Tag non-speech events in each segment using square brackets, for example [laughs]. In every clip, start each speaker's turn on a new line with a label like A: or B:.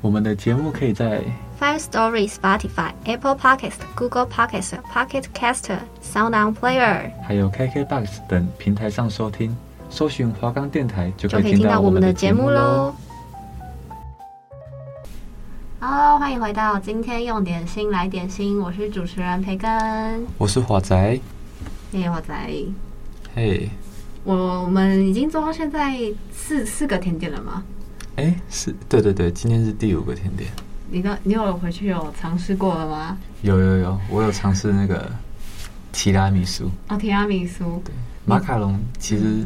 A: 我们的节目可以在
B: Five Story、Spotify、Apple Podcast、Google Podcast、Pocket Caster、Sound On Player
A: 还有 KKBox 等平台上收听，搜寻华冈电台就
B: 就
A: 可
B: 可
A: 以
B: 以听
A: 听
B: 到
A: 到
B: 我
A: 我
B: 们
A: 们
B: 的
A: 的
B: 节
A: 节
B: 目
A: 目喽
B: 喽。。Hello，欢迎回到今天用点心来点心，我是主持人培根，
A: 我是华仔，
B: 耶，我在。
A: 嘿，
B: 我们已经做到现在四四个甜点了吗？
A: 哎，是对对对，今天是第五个甜点，
B: 你的你有回去有尝试过了吗？
A: 有有有，我有尝试那个提拉米苏，
B: 哦，提拉米苏
A: 马卡龙其实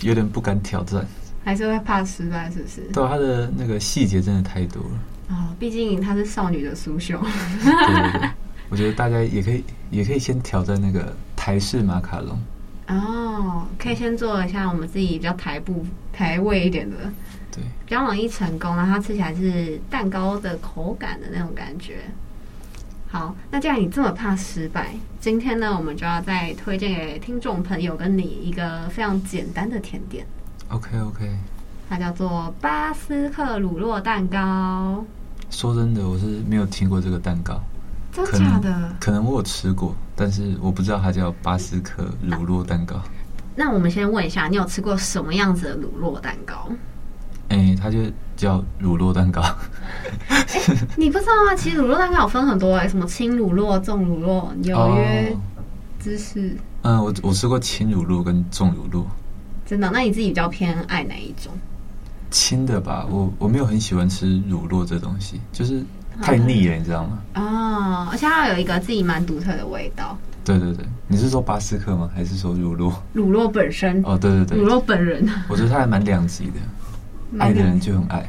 A: 有点不敢挑战，
B: 还是会怕失败，是不是？
A: 对它的那个细节真的太多了。
B: 哦，毕竟她是少女的酥胸。
A: 对对对，我觉得大家也可以也可以先挑战那个台式马卡龙。
B: [laughs] 哦，可以先做一下我们自己比较台步台味一点的，
A: 对，
B: 比较容易成功，然后它吃起来是蛋糕的口感的那种感觉。好，那既然你这么怕失败，今天呢，我们就要再推荐给听众朋友跟你一个非常简单的甜点，
A: OK OK，
B: 它叫做巴斯克乳酪蛋糕。
A: 说真的，我是没有听过这个蛋糕，
B: 真
A: 可
B: 假
A: 能
B: 的？
A: 可能我有吃过，但是我不知道它叫巴斯克乳酪蛋
B: 啊
A: 糕。
B: 那我们先问一下，你有吃过什么样子的乳酪蛋糕？
A: 哎、它就叫乳酪蛋糕。
B: 你不知道吗？其实乳酪蛋糕有分很多哎、什么轻乳酪、重乳酪、纽约
A: 哦
B: 芝士，
A: 嗯，我我吃过轻乳酪跟重乳酪，
B: 真的？那你自己比较偏爱哪一种？
A: 轻的吧，我我没有很喜欢吃乳酪这东西，就是太腻了，你知道吗？
B: 哦，而且它有一个自己蛮独特的味道。
A: 对对对，你是说巴斯克吗？还是说乳酪？
B: 乳酪本身，
A: 哦，对对对，
B: 乳酪
A: [laughs]
B: 本人，
A: 我觉得它还蛮两极的，
B: 蛮
A: 爱的人就很爱。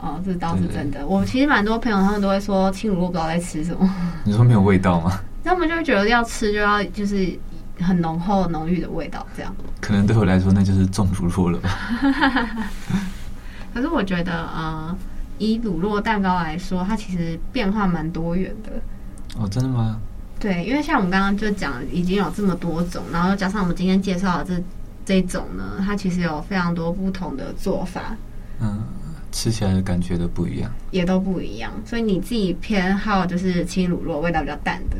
B: 哦，这倒是真的。我其实蛮多朋友他们都会说轻乳酪不知道在吃什么， [laughs]
A: 你说没有味道吗？ [laughs]
B: 他们就会觉得要吃就要就是很浓厚浓郁的味道这样。
A: 可能对我来说，那就是重乳酪了吧。
B: 可是我觉得，呃，以乳酪蛋糕来说，它其实变化蛮多元的。
A: 哦，真的吗？
B: 对，因为像我们刚刚就讲，已经有这么多种，然后加上我们今天介绍的这这一种呢，它其实有非常多不同的做法，
A: 嗯，吃起来的感觉都不一样。
B: 也都不一样。所以你自己偏好就是轻乳酪，味道比较淡的。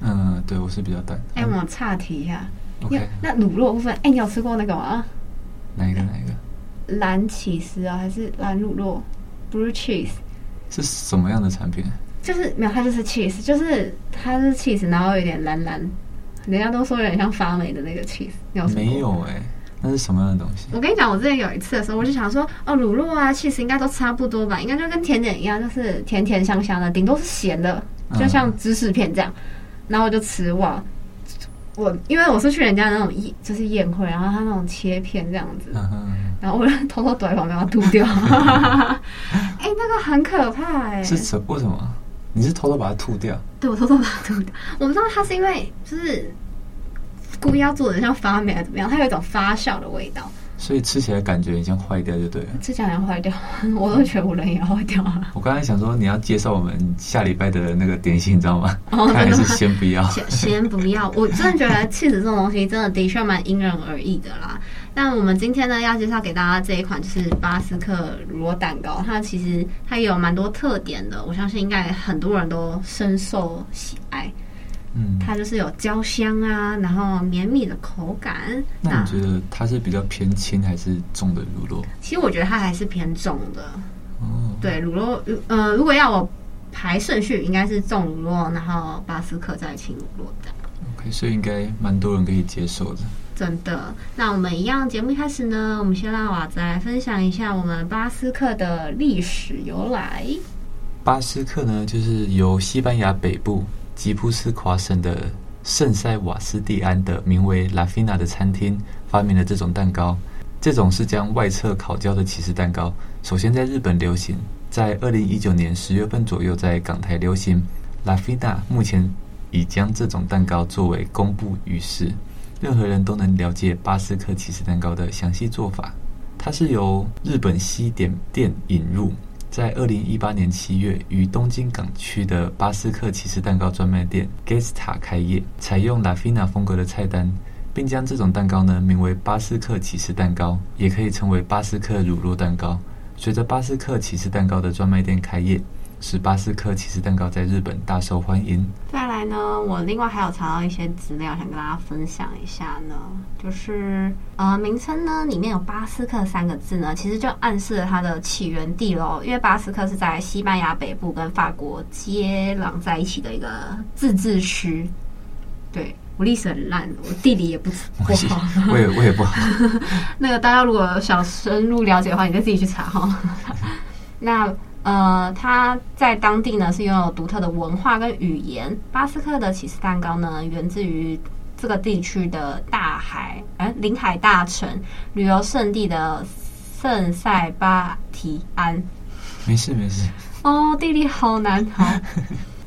A: 嗯，对我是比较淡。嗯
B: 哎、我岔题一下，
A: o
B: 你
A: k
B: 那乳酪部分，哎、你有吃过那个吗？
A: 哪一个哪一个
B: 蓝起司啊，还是蓝乳酪？Blue cheese。
A: 是什么样的产品？
B: 就是没有，它就是 cheese，就是它是 cheese，然后有点蓝蓝，人家都说有点像发霉的那个 cheese，你有吃过
A: 没有哎、那是什么样的东西？
B: 我跟你讲，我之前有一次的时候，我就想说，哦，乳酪啊，cheese 应该都差不多吧，应该就跟甜点一样，就是甜甜香香的，顶多是咸的，
A: 嗯
B: 就像芝士片这样。然后我就吃哇，我因为我是去人家那种宴，就是宴会，然后他那种切片这样子，
A: 嗯哼，
B: 然后我就偷偷躲在旁边把它吐
A: [laughs]
B: 掉。哎、那个很可怕哎、
A: 是什为什么？你是偷偷把它吐掉？
B: 对我偷偷把它吐掉。我不知道它是因为就是故意要做的像发霉还是怎么样，它有一种发酵的味道，
A: 所以吃起来感觉已经坏掉就对了。
B: 吃起来很坏掉，我都觉得我人也要坏掉了。
A: 我刚才想说你要介绍我们下礼拜的那个点心，你知道吗？
B: 哦
A: [laughs] 看来是先不
B: [laughs]
A: 要。
B: 先先不要，我真的觉得气质这种东西真的的确蛮因人而异的啦。那我们今天呢要介绍给大家这一款就是巴斯克乳酪蛋糕，它其实它也有蛮多特点的，我相信应该很多人都深受喜爱。
A: 嗯，
B: 它就是有焦香啊，然后绵密的口感。啊
A: 那你觉得它是比较偏轻还是重的乳酪？
B: 其实我觉得它还是偏重的。
A: 哦，
B: 对，乳酪，呃，如果要我排顺序，应该是重乳酪，然后巴斯克再轻乳酪这样。
A: OK，所以应该蛮多人可以接受的。
B: 真的，那我们一样，节目一开始呢，我们先让瓦仔来分享一下我们巴斯克的历史由来。
A: 巴斯克呢，就是由西班牙北部吉布斯夸省的圣塞瓦斯蒂安的名为拉菲娜的餐厅发明了这种蛋糕。这种是将外侧烤焦的起司蛋糕首先在日本流行，在二零一九年十月份左右在港台流行。拉菲达目前已将这种蛋糕作为公布于世，任何人都能了解巴斯克骑士蛋糕的详细做法。它是由日本西点店引入，在二零一八年七月于东京港区的巴斯克骑士蛋糕专卖店 Gesta 开业，采用拉菲娜风格的菜单。并将这种蛋糕呢名为巴斯克骑士蛋糕，也可以称为巴斯克乳酪蛋糕。随着巴斯克骑士蛋糕的专卖店开业，使巴斯克骑士蛋糕在日本大受欢迎。
B: 再来呢，我另外还有查到一些资料，想跟大家分享一下呢，就是呃，名称呢里面有巴斯克三个字呢，其实就暗示了它的起源地喽。因为巴斯克是在西班牙北部跟法国接壤在一起的一个自治区。对我历史很烂，我地理也 [laughs] 不不好。
A: [laughs] 我也我也不好。
B: 那个大家如果想深入了解的话，你再自己去查哈。 [laughs] 那呃，它在当地呢是拥有独特的文化跟语言。巴斯克的起司蛋糕呢，源自于这个地区的大海，哎，临海大城旅游胜地的圣塞巴提安。
A: 没事没事，
B: 哦，地理好难好。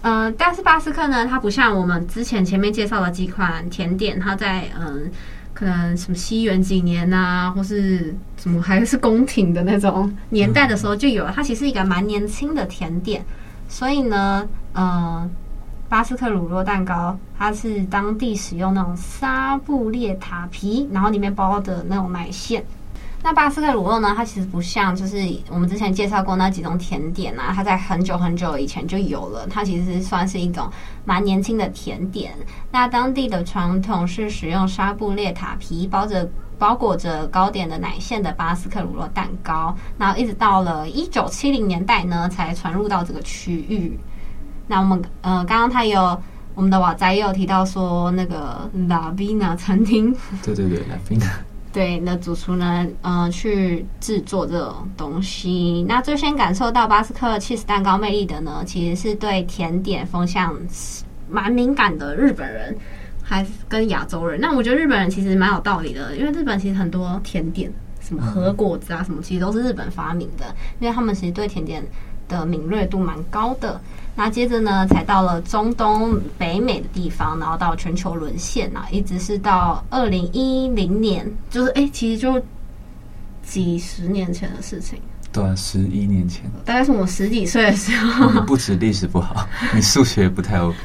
B: 呃，但是巴斯克呢，它不像我们之前前面介绍的几款甜点，它在嗯、可能什么西元几年呐、或是什么还是宫廷的那种年代的时候就有了。它其实一个蛮年轻的甜点，所以呢，呃，巴斯克乳酪蛋糕它是当地使用那种纱布列塔皮，然后里面包的那种奶馅。那巴斯克乳酪呢？它其实不像就是我们之前介绍过那几种甜点啊，它在很久很久以前就有了。它其实算是一种蛮年轻的甜点。那当地的传统是使用纱布列塔皮包着。包裹着糕点的奶馅的巴斯克乳酪蛋糕，然后一直到了一九七零年代呢，才传入到这个区域。那我们呃，刚刚他有我们的瓦仔也有提到说，那个拉比娜餐厅
A: 对对对，来宾
B: 对，那主厨呢，嗯、去制作这种东西。那最先感受到巴斯克 cheese 蛋糕魅力的呢，其实是对甜点风向蛮敏感的日本人，还是跟亚洲人。那我觉得日本人其实蛮有道理的，因为日本其实很多甜点，什么和果子啊，什么其实都是日本发明的，因为他们其实对甜点的敏锐度蛮高的。那接着呢，才到了中东北美的地方，然后到全球沦陷啊，一直是到二零一零年，就是哎、诶其实就几十年前的事情，
A: 对啊，十一年前了，
B: 大概是我十几岁的时
A: 你
B: 候， [laughs]
A: 不止历史不好，你数学不太 OK。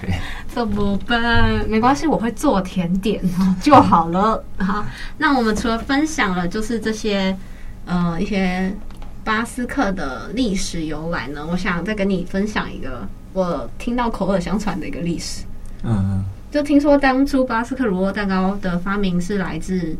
B: 怎么办？没关系，我会做甜点哦就好了。好，那我们除了分享了就是这些呃一些巴斯克的历史由来呢，我想再跟你分享一个我听到口耳相传的一个历史。
A: 嗯，
B: 就听说当初巴斯克乳酪蛋糕的发明是来自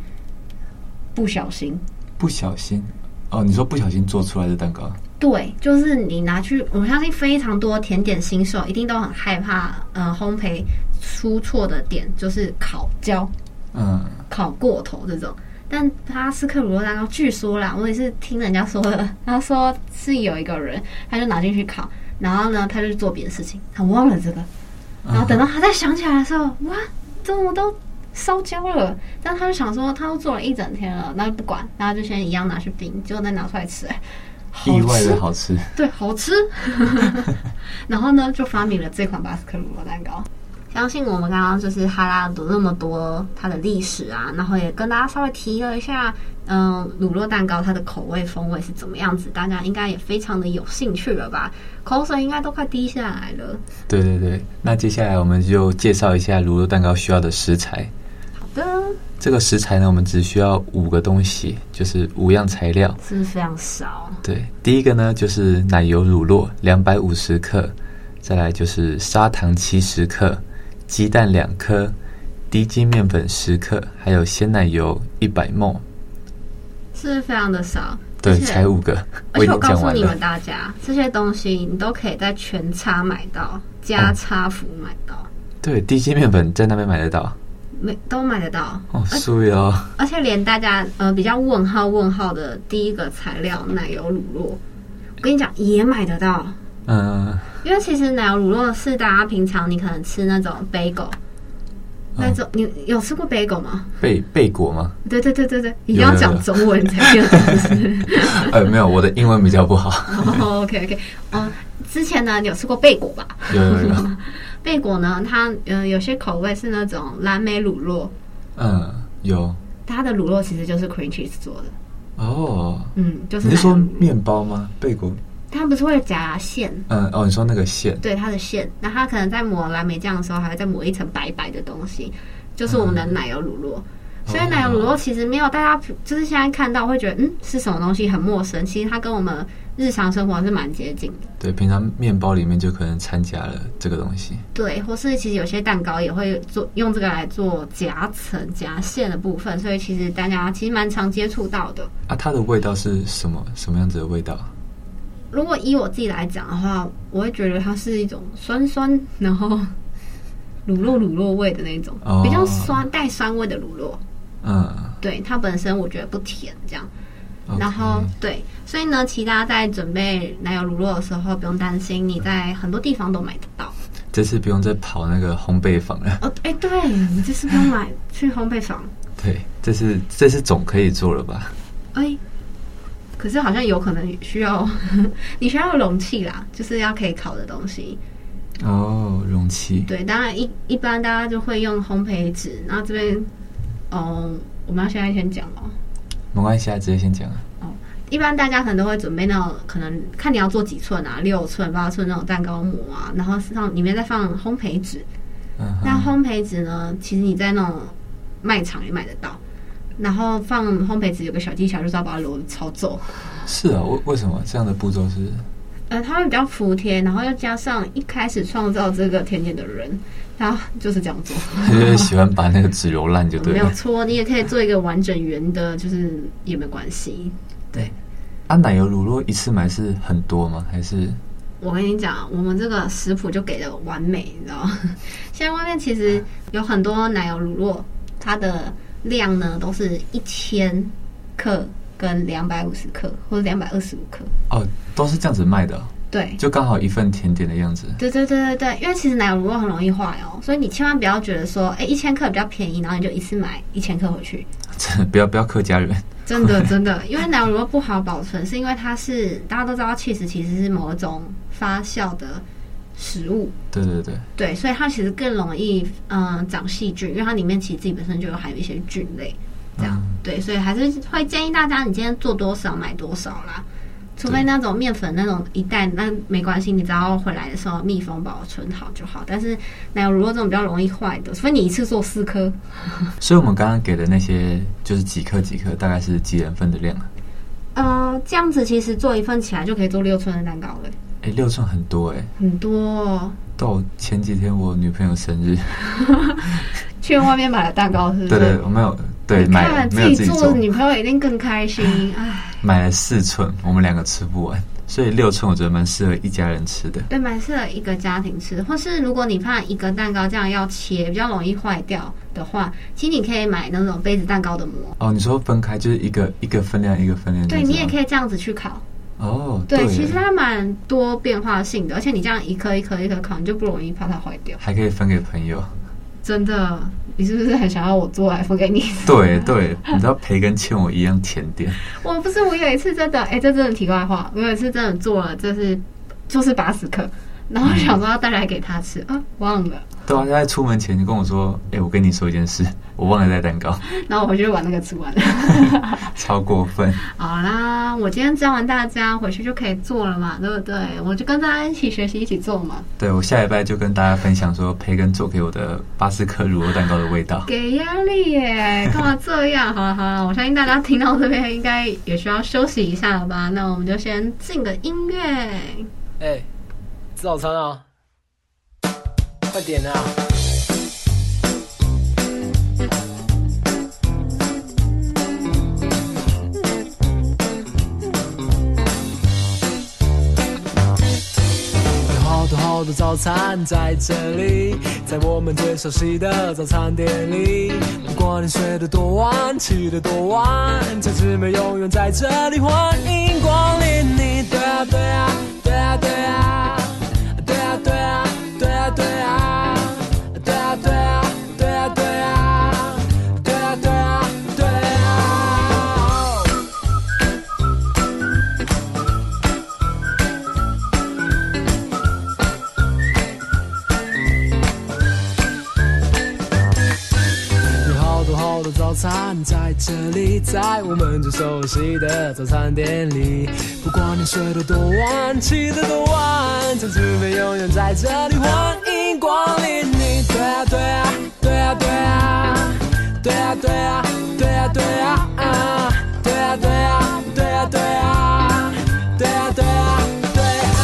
B: 不小心。
A: 不小心哦，你说不小心做出来的蛋糕，
B: 对，就是你拿去，我相信非常多甜点新手一定都很害怕，呃，烘焙出错的点就是烤焦、
A: 嗯，
B: 烤过头这种。但巴斯克乳酪蛋糕，据说啦，我也是听人家说的，他说是有一个人，他就拿进去烤，然后呢，他就去做别的事情，他忘了这个，然后等到
A: 啊
B: 他再想起来的时候，哇，怎么都烧焦了？但他就想说，他都做了一整天了，那就不管，然后就先一样拿去冰，结果再拿出来吃，哎好
A: 意外
B: 吃
A: 的，好吃，
B: 对，好吃。 [laughs] 然后呢，就发明了这款巴斯克乳酪蛋糕。相信我们刚刚就是哈拉读那么多它的历史啊，然后也跟大家稍微提了一下，嗯，乳酪蛋糕它的口味风味是怎么样子，大家应该也非常的有兴趣了吧？口水应该都快滴下来了。
A: [laughs] 对对对。那接下来我们就介绍一下乳酪蛋糕需要的食材。
B: 好的，
A: 这个食材呢，我们只需要五个东西，就是五样材料。
B: 是不是非常少？
A: 对，第一个呢就是奶油乳酪两百五十克，再来就是砂糖七十克，鸡蛋两颗，低筋面粉十克，还有鲜奶油一百沫。
B: 是不是非常的少？
A: 对
B: 而，且
A: 才五个，
B: 而
A: 已
B: 且我
A: 经
B: 告
A: 讲
B: 诉
A: 完
B: 你
A: 了
B: 们。大家，这些东西你都可以在全差买到，加差服买到，
A: 对，低筋面粉在那边买得到
B: 每、都买得到。
A: 哦，所以哦，
B: 而且连大家呃比较问号问号的第一个材料奶油乳酪，我跟你讲也买得到，
A: 嗯啊
B: 因为其实奶油乳酪是大家平常你可能吃那种 bagel，那种你有吃过 bagel 吗？
A: 贝贝果吗？ [laughs]
B: 对对对对对，你
A: 有
B: 要
A: 有
B: 讲
A: 有
B: 中文才变成是不是。
A: 呃，没有，我的英文比较不好。
B: [laughs]
A: [laughs]
B: 哦，OK OK，哦，之前呢，你有吃过贝果吧？
A: 有有有，
B: 贝果呢，它呃有些口味是那种蓝莓乳酪，
A: 嗯，有。
B: 它的乳酪其实就是 cream cheese 做的，
A: 哦，
B: 嗯，就是
A: 你是说
B: 奶酪
A: 面包吗？贝果？
B: 它不是会夹馅，
A: 嗯，哦，你说那个馅？
B: 对它的馅，那它可能在抹蓝莓酱的时候，还会再抹一层白白的东西，就是我们的奶油乳酪。哦所以奶油乳酪其实没有大家就是现在看到会觉得嗯是什么东西很陌生，其实它跟我们日常生活是蛮接近的，
A: 对，平常面包里面就可能掺加了这个东西。
B: 对，或是其实有些蛋糕也会做用这个来做夹层夹馅的部分，所以其实大家其实蛮常接触到的。
A: 啊，它的味道是什么？什么样子的味道？
B: 如果以我自己来讲的话，我会觉得它是一种酸酸，然后乳酪乳酪味的那种，
A: 哦
B: 比较酸带酸味的乳酪。
A: 嗯，
B: 对它本身我觉得不甜这样。
A: OK
B: 然后对，所以呢，其实大家在准备奶油乳酪的时候，不用担心，你在很多地方都买得到。
A: 这次不用再跑那个烘焙坊了。 [laughs]
B: 哦，哎，对，你这是不用买去烘焙坊。
A: 对，这次这次总可以做了吧？
B: 哎，可是好像有可能需要， [laughs] 你需要有容器啦，就是要可以烤的东西。
A: 哦，容器。
B: 对，当然一一般大家就会用烘焙纸，然后这边，嗯，我们要现在先讲哦。
A: 没关系啊，直接先讲啊。
B: 一般大家可能都会准备那种，可能看你要做几寸啊，六寸、八寸那种蛋糕模啊，然后上里面再放烘焙纸。
A: 嗯
B: 那
A: 哼，
B: 烘焙纸呢，其实你在那种卖场也买得到。然后放烘焙纸有个小技巧，就是要把它揉超皱，
A: 是啊，为为什么这样的步骤 [laughs] 是？
B: 呃，它会比较服帖，然后又加上一开始创造这个甜点的人，他就是这样做。
A: 就是喜欢把那个纸揉烂就对
B: 没
A: 了
B: 有。错，你也可以做一个完整圆的，就是也没关系。
A: 啊，奶油乳酪一次买是很多吗？还是
B: 我跟你讲，我们这个食谱就给的完美，你知道吗？现在外面其实有很多奶油乳酪，它的量呢都是一千克跟两百五十克或者两百二十五克。
A: 哦，都是这样子卖的哦、
B: 对，
A: 就刚好一份甜点的样子。 [laughs]
B: 对对对对对，因为其实奶油乳酪很容易坏哦，所以你千万不要觉得说，哎，一千克比较便宜，然后你就一次买一千克回去。
A: 真的不要不要客家人。 [laughs]
B: 真的真的，因为奶油乳酪不好保存，是因为它是大家都知道，cheese 其实是某一种发酵的食物，
A: 对对对，
B: 对，所以它其实更容易嗯、呃长细菌，因为它里面其实自己本身就有含有一些菌类，这样、
A: 嗯
B: 对，所以还是会建议大家你今天做多少买多少啦。除非那种面粉那种一袋，那没关系，你只要回来的时候密封保存好就好。但是奶油乳酪这种比较容易坏的，除非你一次做四颗，
A: 所以我们刚刚给的那些就是几克几克，大概是几人份的量啊？
B: 呃，这样子其实做一份起来就可以做六寸的蛋糕了。
A: 哎，六寸很多哎、
B: 很多、哦，
A: 到前几天我女朋友生日，
B: 去外面买了蛋糕是不是？
A: 对对，我没有对
B: 嗯你
A: 买
B: 看
A: 没有
B: 自
A: 自
B: 己
A: 己
B: 做
A: 做
B: 的，女朋友一定更开心。哎，
A: 买了四寸，我们两个吃不完，所以六寸我觉得蛮适合一家人吃的。
B: 对，蛮适合一个家庭吃，或是如果你怕一个蛋糕这样要切比较容易坏掉的话，其实你可以买那种杯子蛋糕的模。
A: 哦，你说分开就是一个一个分量一个分量这
B: 对
A: 样子
B: 你
A: 吗，
B: 也可以这样子去烤，
A: 哦，
B: 对，
A: 对，
B: 其实它蛮多变化性的，而且你这样一颗一颗一颗烤，你就不容易怕它坏掉。
A: 还可以分给朋友。
B: 真的，你是不是很想要我做来分给你？ [laughs]
A: [laughs] 对对，你知道培根欠我一样甜点， [laughs]
B: 我不是，我有一次真的， [laughs] 哎、这真的题外话，我有一次真的做了，就是就是八十克，然后想说要带来给他吃，啊，忘了，
A: 对啊，他在出门前就跟我说：“哎、我跟你说一件事， [laughs] 我忘了带蛋糕， [laughs]
B: 然后我回去把那个吃完了。
A: 超过分。 [laughs]
B: 好啦，我今天教完大家，回去就可以做了嘛，对不对？我就跟大家一起学习，一起做嘛。
A: 对”我下礼拜就跟大家分享说培根做给我的巴斯克乳酪蛋糕的味
B: [laughs]
A: 道。
B: 给压力 [laughs] 耶，干嘛这样？好了好了，我相信大家听到这边应该也需要休息一下了吧？那我们就先进个音乐。
C: 哎、吃早餐啊！快点啊！有好多好多早餐在这里，在我们最熟悉的早餐店里。不管你睡得多晚，起得多晚，这姊妹永远在这里，欢迎光临你。对啊，对啊，对啊，对啊，对啊，对啊，对啊，对啊，对啊，对啊，对啊，对啊。餐在这里，在我们最熟悉的早餐店里。不管你睡得多晚，起得多晚，陈志飞永远在这里，欢迎光临。你对啊对啊对啊对啊，对啊对啊对啊对啊啊，对啊对啊对啊对啊，对啊对啊对啊。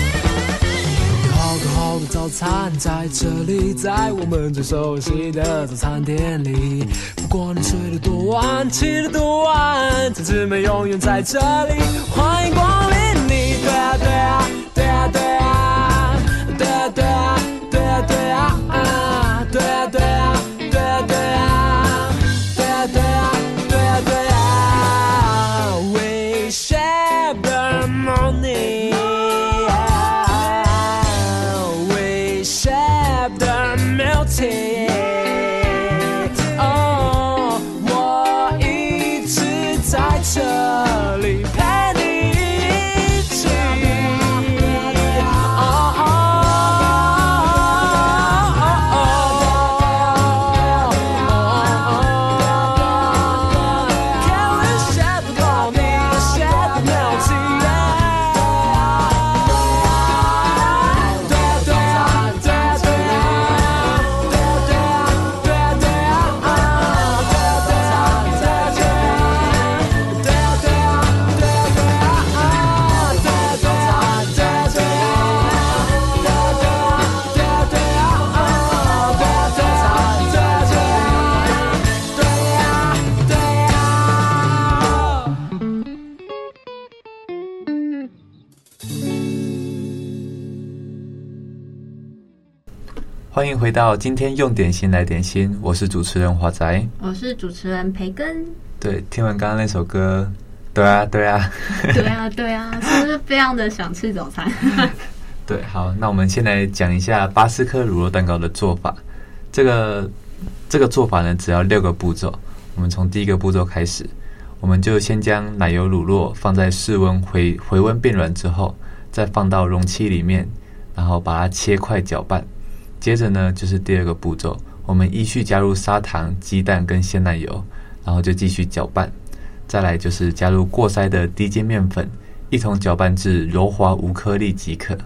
C: 有好多好多早餐在这里，在我们最熟悉的早餐店里。不管你睡得多晚，起得多晚，同志们永远在这里，欢迎光临。你对啊对啊对啊对啊对啊对啊对啊对啊啊对啊对啊对啊对啊对啊对啊对啊对啊，We share the morning。We share the melting. Oh，我一直在这里陪你一起。哦哦哦哦哦，Can we share the morning? Share the melting. 对啊对啊对啊对啊，对啊对啊对啊对啊啊，对啊对啊对啊对啊，对啊对啊对啊对啊啊，对啊对啊对啊对啊，对啊对啊对啊对啊啊，对啊对啊对啊对啊，对啊对啊。
A: 欢迎回到今天用点心来点心，我是主持人华仔。
B: 我是主持人培 [laughs] 根。
A: 对，听完刚刚那首歌，对啊，对啊，
B: 对啊，对啊，是不是非常的想吃早 [laughs] 餐？
A: 对，好，那我们先来讲一下巴斯克乳酪蛋糕的做法。这个这个做法呢，只要六个步骤。我们从第一个步骤开始，我们就先将奶油乳酪放在室温回回温变软之后，再放到容器里面，然后把它切块搅拌。接着呢，就是第二个步骤，我们依序加入砂糖、鸡蛋跟鲜奶油，然后就继续搅拌。再来就是加入过筛的低筋面粉，一同搅拌至柔滑无颗粒即可。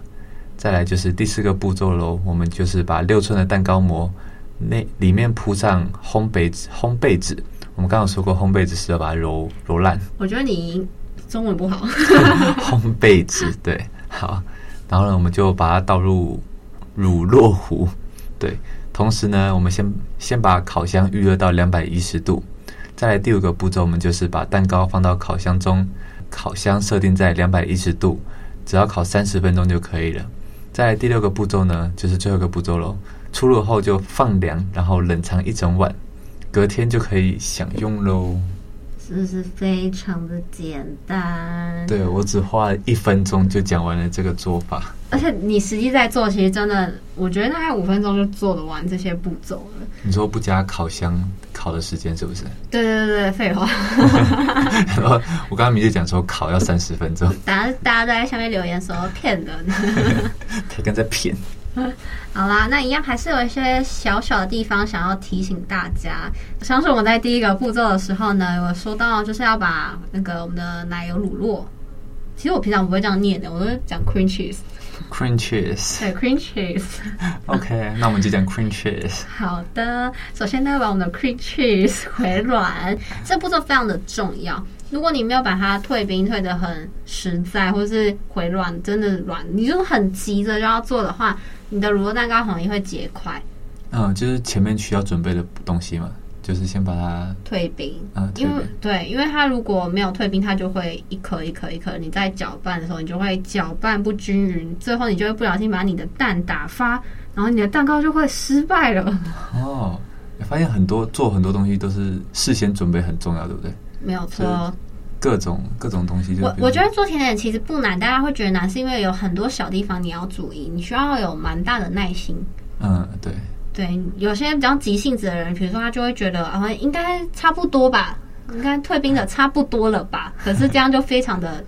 A: 再来就是第四个步骤喽，我们就是把六寸的蛋糕模内里面铺上烘焙纸烘焙纸。我们刚刚有说过，烘焙纸是要把它揉揉烂，
B: 我觉得你中文不好。
A: 烘焙纸对，好。然后呢，我们就把它倒入乳酪壶，对。同时呢，我们先先把烤箱预热到两百一十度。再来第五个步骤，我们就是把蛋糕放到烤箱中，烤箱设定在两百一十度，只要烤三十分钟就可以了。再来第六个步骤呢，就是最后一个步骤喽。出炉后就放凉，然后冷藏一整晚，隔天就可以享用喽。
B: 是不是非常的简单？，
A: 对我只花了一分钟就讲完了这个做法。
B: 而且你实际在做，其实真的，我觉得大概五分钟就做得完这些步骤了。
A: 你说不加烤箱烤的时间是不是？ [laughs]
B: 对对对对，废 [laughs] 话。
A: 然后我刚刚明就讲说烤要三十分钟，
B: 大家大家都在下面留言说骗人。 [laughs]
A: 他跟在骗。
B: 好啦，那一样还是有一些小小的地方想要提醒大家。像是我们在第一个步骤的时候呢，我说到就是要把那个我们的奶油乳酪，其实我平常不会这样念的，我都讲 cream cheese，
A: Cream cheese，OK，、
B: 对 cream cheese。
A: OK，那我们就讲 cream cheese。
B: 好的，首先呢，把我们的 cream cheese 回软，这步骤非常的重要。如果你没有把它退冰退得很实在，或是回软真的软，你就是很急着就要做的话，你的乳酪蛋糕很容易会结块
A: 嗯，就是前面需要准备的东西嘛，就是先把它
B: 退冰。
A: 嗯退
B: 因为
A: 冰。
B: 对，因为它如果没有退冰，它就会一颗一颗一颗。你在搅拌的时候，你就会搅拌不均匀，最后你就会不小心把你的蛋打发，然后你的蛋糕就会失败了。
A: 哦，我发现很多做很多东西都是事先准备很重要，对不对？
B: 没有
A: 是
B: 错哦，
A: 各种各种东西。就
B: 我
A: 比如
B: 我觉得做甜点其实不难，大家会觉得难是因为有很多小地方你要注意，你需要有蛮大的耐心。
A: 嗯，对，
B: 对，有些比较急性子的人，比如说他就会觉得啊、应该差不多吧，应该退冰的差不多了吧，可是这样就非常的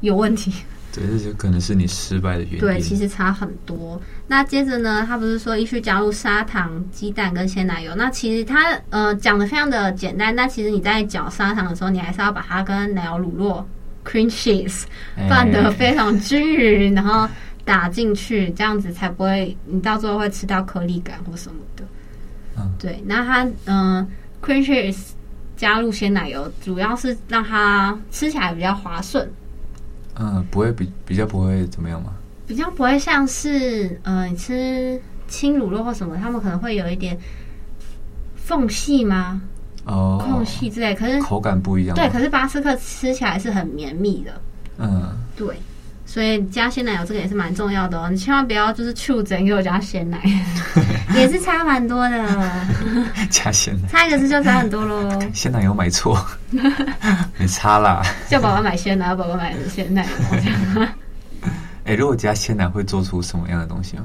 B: 有问题。
A: 对，这就可能是你失败的原因。
B: 对，其实差很多。那接着呢，他不是说依序加入砂糖、鸡蛋跟鲜奶油？那其实他呃讲的非常的简单，但其实你在搅砂糖的时候，你还是要把它跟奶油乳酪 cream cheese
A: 哎
B: 拌得非常均匀，然后打进去，这样子才不会你到最后会吃到颗粒感或什么的。
A: 嗯
B: 对，那它嗯、呃 cream cheese 加入鲜奶油，主要是让它吃起来比较滑顺。
A: 嗯，不会比比较不会怎么样嘛？
B: 比较不会像是呃，你吃轻乳酪或什么，他们可能会有一点缝隙吗？
A: 哦，
B: 空隙之类。可是
A: 口感不一样嘛。
B: 对，可是巴斯克吃起来是很绵密的，
A: 嗯，
B: 对。所以加鲜奶油这个也是蛮重要的哦，你千万不要就是去整给我加鲜
A: [laughs]
B: 奶，也是差蛮多的，
A: 加鲜奶，
B: 差一个字就差很多喽。
A: 鲜奶有买错，没差啦。
B: [laughs] 叫宝宝买鲜奶，宝宝买鲜奶油，这样
A: 哎，如果加鲜奶会做出什么样的东西吗？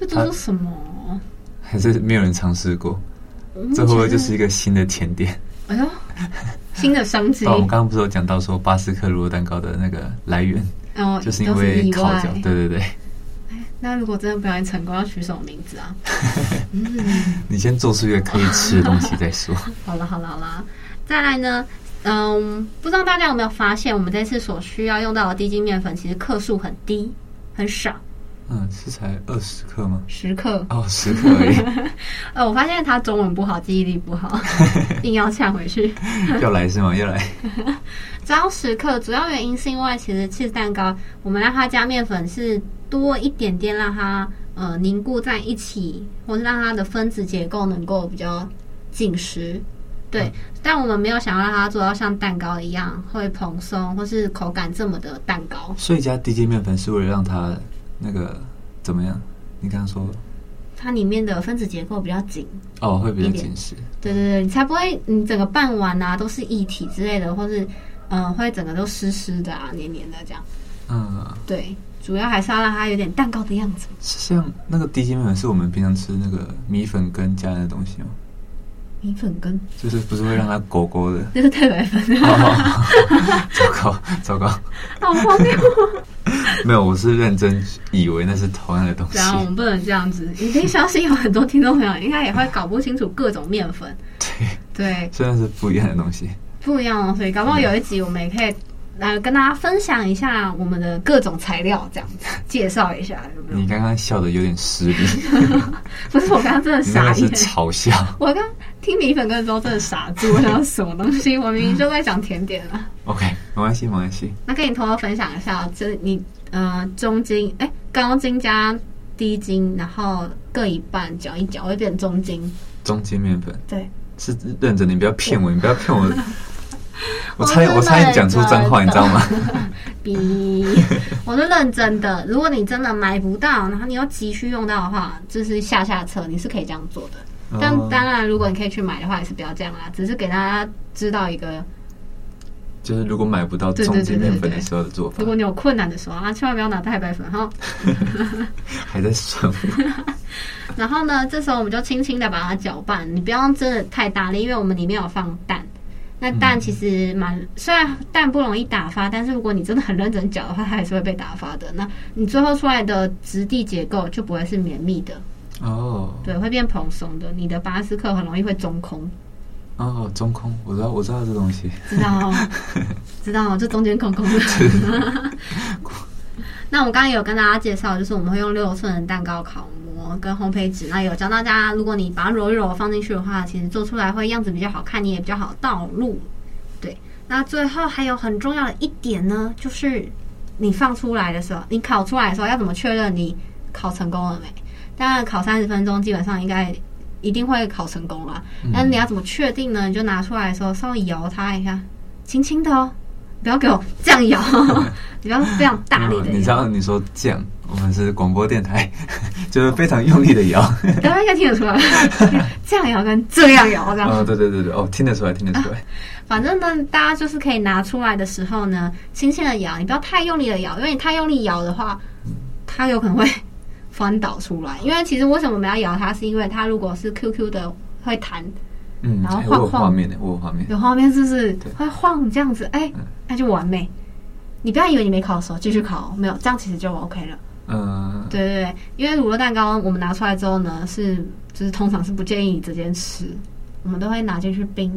B: 这都是
A: [laughs]
B: 什么？
A: 还是没有人尝试过？
B: 嗯
A: 这会不会就是一个新的甜点？
B: 哎呦，新的商机
A: 那我们刚刚不是有讲到说巴斯克乳酪蛋糕的那个来源，
B: 哦，
A: 就是因
B: 都
A: 为
B: 意
A: 烤
B: 外
A: 焦。对对对，
B: 那如果真的表演成功，要取什么名字啊？
A: 你先做出一个可以吃的东西再说。 [laughs]
B: 好了好了好了，再来呢，嗯，不知道大家有没有发现，我们这次所需要用到的低筋面粉其实克数很低，很少，
A: 嗯，是才二十克吗？
B: 十克。
A: 哦，十克而
B: [laughs]
A: 已，
B: 呃，我发现他中文不好，记忆力不好，硬要呛回去。
A: 要来是吗？要来。
B: 只要十克，主要原因是因为其实 cheese 蛋糕，我们让它加面粉是多一点点，让它呃凝固在一起，或是让它的分子结构能够比较紧实。对，但我们没有想要让它做到像蛋糕一样会蓬松，或是口感这么的蛋糕。
A: 所以加低筋面粉是为了让它那个怎么样？你刚刚说
B: 它里面的分子结构比较紧，
A: 哦，会比较
B: 一点
A: 紧实。
B: 对对对，你才不会你整个拌完啊都是液体之类的，或是嗯、呃会整个都湿湿的啊黏黏的这样。
A: 嗯，
B: 对，主要还是要让它有点蛋糕的样子。
A: 是像那个低筋面粉是我们平常吃那个米粉羹加的东西吗？
B: 米粉跟
A: 就是不是会让它勾勾的？
B: 那是太白粉， [laughs]
A: 哦糟糕，糟糕，
B: 好荒谬！
A: 没有，我是认真以为那是同样的东西
B: 然。后我们不能这样子，你可以相信有很多听众朋友应该也会搞不清楚各种面粉，
A: 对，
B: 对，
A: 虽然是不一样的东西。
B: 不一样哦。所以搞不好有一集我们也可以来跟大家分享一下我们的各种材料，这样子介绍一下，有
A: 你
B: 没有？
A: 刚刚笑的有点失
B: [laughs]
A: 礼，
B: 不是我刚刚真的
A: 你那
B: 傻
A: 个是
B: 眼。
A: 嘲笑。
B: 我刚听米粉跟之后真的傻住，我想说什么东西？我明明就在讲甜点啊。
A: OK，没关系，没关系。
B: 那跟你偷偷分享一下，就是你呃中筋哎、高筋加低筋，然后各一半搅一搅，会变中筋。
A: 中筋面粉
B: 对，
A: 是认真的，你不要骗我，你不要骗
B: [laughs]
A: 我。我
B: 我
A: 差点，我差点讲出脏话，你知道
B: [laughs]
A: 吗？
B: 比我是认真的。如果你真的买不到，然后你又急需用到的话，就是下下策，你是可以这样做的。但
A: 哦
B: 当然，如果你可以去买的话，也是不要这样啦。只是给大家知道一个，
A: 就是如果买不到
B: 对
A: 中
B: 对
A: 筋
B: 对对
A: 面粉的
B: 对
A: 时候的做法
B: 如，果你有困难的时候啊，千万不要拿太白粉哈。
A: 还在算我。
B: 然后呢，这时候我们就轻轻的把它搅拌，你不要真的太大力，因为我们里面有放蛋。那蛋其实蛮，虽然蛋不容易打发，但是如果你真的很认真搅的话，它还是会被打发的。那你最后出来的质地结构就不会是绵密的，
A: 哦
B: 对，会变蓬松的。你的巴斯克很容易会中空，
A: 哦，中空，我知道，我知道这东西。
B: 知道哦？ [laughs] 知道哦，就中间空空的。那我刚刚有跟大家介绍，就是我们会用六寸的蛋糕烤模跟烘焙纸，那有教大家，如果你把它揉一揉放进去的话，其实做出来会样子比较好看，你也比较好道路。对，那最后还有很重要的一点呢，就是你放出来的时候，你烤出来的时候要怎么确认你烤成功了没？当然，烤三十分钟基本上应该一定会烤成功啦。但是你要怎么确定呢？你就拿出来的时候稍微摇它一下，轻轻的哦，不要给我这样摇，你不要非常大
A: 没
B: 力
A: 有
B: 的
A: 啊嗯你知
B: 摇。
A: 道你说酱，我们是广播电台， [laughs] 就是非常用力的
B: [laughs]
A: 摇。
B: 大家应该听得出来，这样摇跟这样摇这样。
A: 哦，对对对对，哦，听得出来，听得出
B: 啊
A: 来。
B: 反正呢，大家就是可以拿出来的时候呢，轻轻的摇，你不要太用力的摇，因为你太用力摇的话，它有可能会翻倒出来。因为其实为什么我们要摇它，是因为它如果是 QQ 的会弹，
A: 嗯，
B: 然后
A: 哎我
B: 晃
A: 有
B: 晃
A: 画面的，我有画面。
B: 有画面是不是
A: 对
B: 会晃这样子？哎、那就完美。你不要以为你没考熟，继续考，没有这样其实就 OK 了。
A: 嗯，
B: 对对对，因为乳酪蛋糕我们拿出来之后呢，是就是通常是不建议你直接吃，我们都会拿进去冰。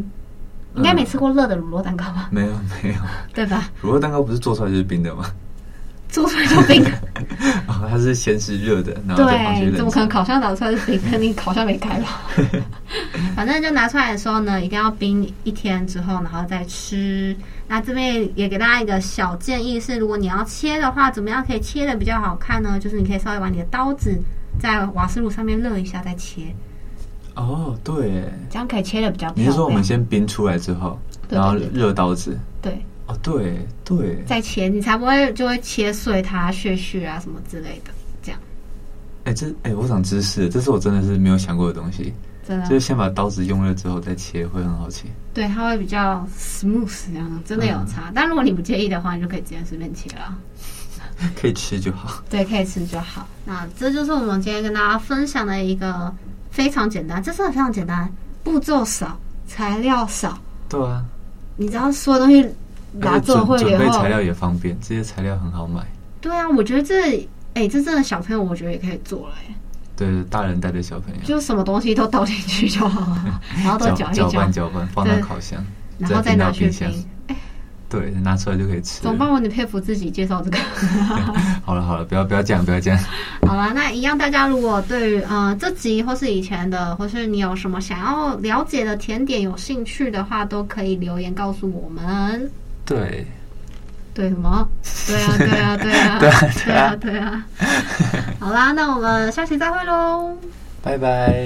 B: 应
A: 嗯
B: 该没吃过热的乳酪蛋糕吧？ [laughs]
A: 没有 [laughs] 没有，
B: 对吧？
A: 乳酪蛋糕不是做出来就是冰的吗？ [laughs]
B: 做出来就冰，
A: 啊，它是先是热的，然后再放去
B: 对，
A: 冷
B: 怎么可
A: 藏。
B: 能烤箱拿出来是冰？肯定烤箱没开吧？
A: [laughs]
B: 反正就拿出来的时候呢，一定要冰一天之后，然后再吃。那这边也给大家一个小建议是，如果你要切的话，怎么样可以切的比较好看呢？就是你可以稍微把你的刀子在瓦斯炉上面热一下再切，
A: 哦，对，
B: 这样可以切的比较漂
A: 你
B: 亮。
A: 是说我们先冰出来之后，
B: 对
A: 然后
B: 对
A: 热刀子？
B: 对
A: 哦，对对，
B: 再切，你才不会就会切碎它、屑屑啊什么之类的，这样
A: 哎，这哎，我长知识了，这是我真的是没有想过的东西，
B: 真的
A: 就是先把刀子用热之后再切，会很好切。
B: 对，它会比较 smooth 这样，真的有差。但如果你不介意的话，你就可以直接随便切了。
A: 可以吃就好。
B: 对，可以吃就好。那这就是我们今天跟大家分享的一个非常简单，这真的非常简单，步骤少，材料少，
A: 对啊，
B: 你只要所有东西拿
A: 而且
B: 做
A: 准
B: 会
A: 准备
B: 以后
A: 材，料也方便，这些材料很好买。
B: 对啊，我觉得这，哎、这真的小朋友我觉得也可以做了、哎，
A: 对，大人带着小朋友，
B: 就什么东西都倒进去就好 [laughs] 了，然后都
A: 搅
B: 搅一
A: 搅
B: 搅
A: 拌，搅拌，放到
B: 对
A: 烤箱，
B: 然后再
A: 冰
B: 拿
A: 到
B: 去
A: 冰箱
B: 冰。。哎
A: 对，拿出来就可以吃了。
B: 怎么办？我很佩服自己介绍这个。 [laughs]
A: 好了好了，不要不要这样，不要这样。
B: 好了，那一样，大家如果对于呃这集或是以前的，或是你有什么想要了解的甜点有兴趣的话，都可以留言告诉我们。
A: [laughs] 对，
B: 对什么？对啊，对啊，对啊，
A: [laughs] 对啊
B: 对啊，对啊。好啦，那我们下期再会喽。
A: 拜拜。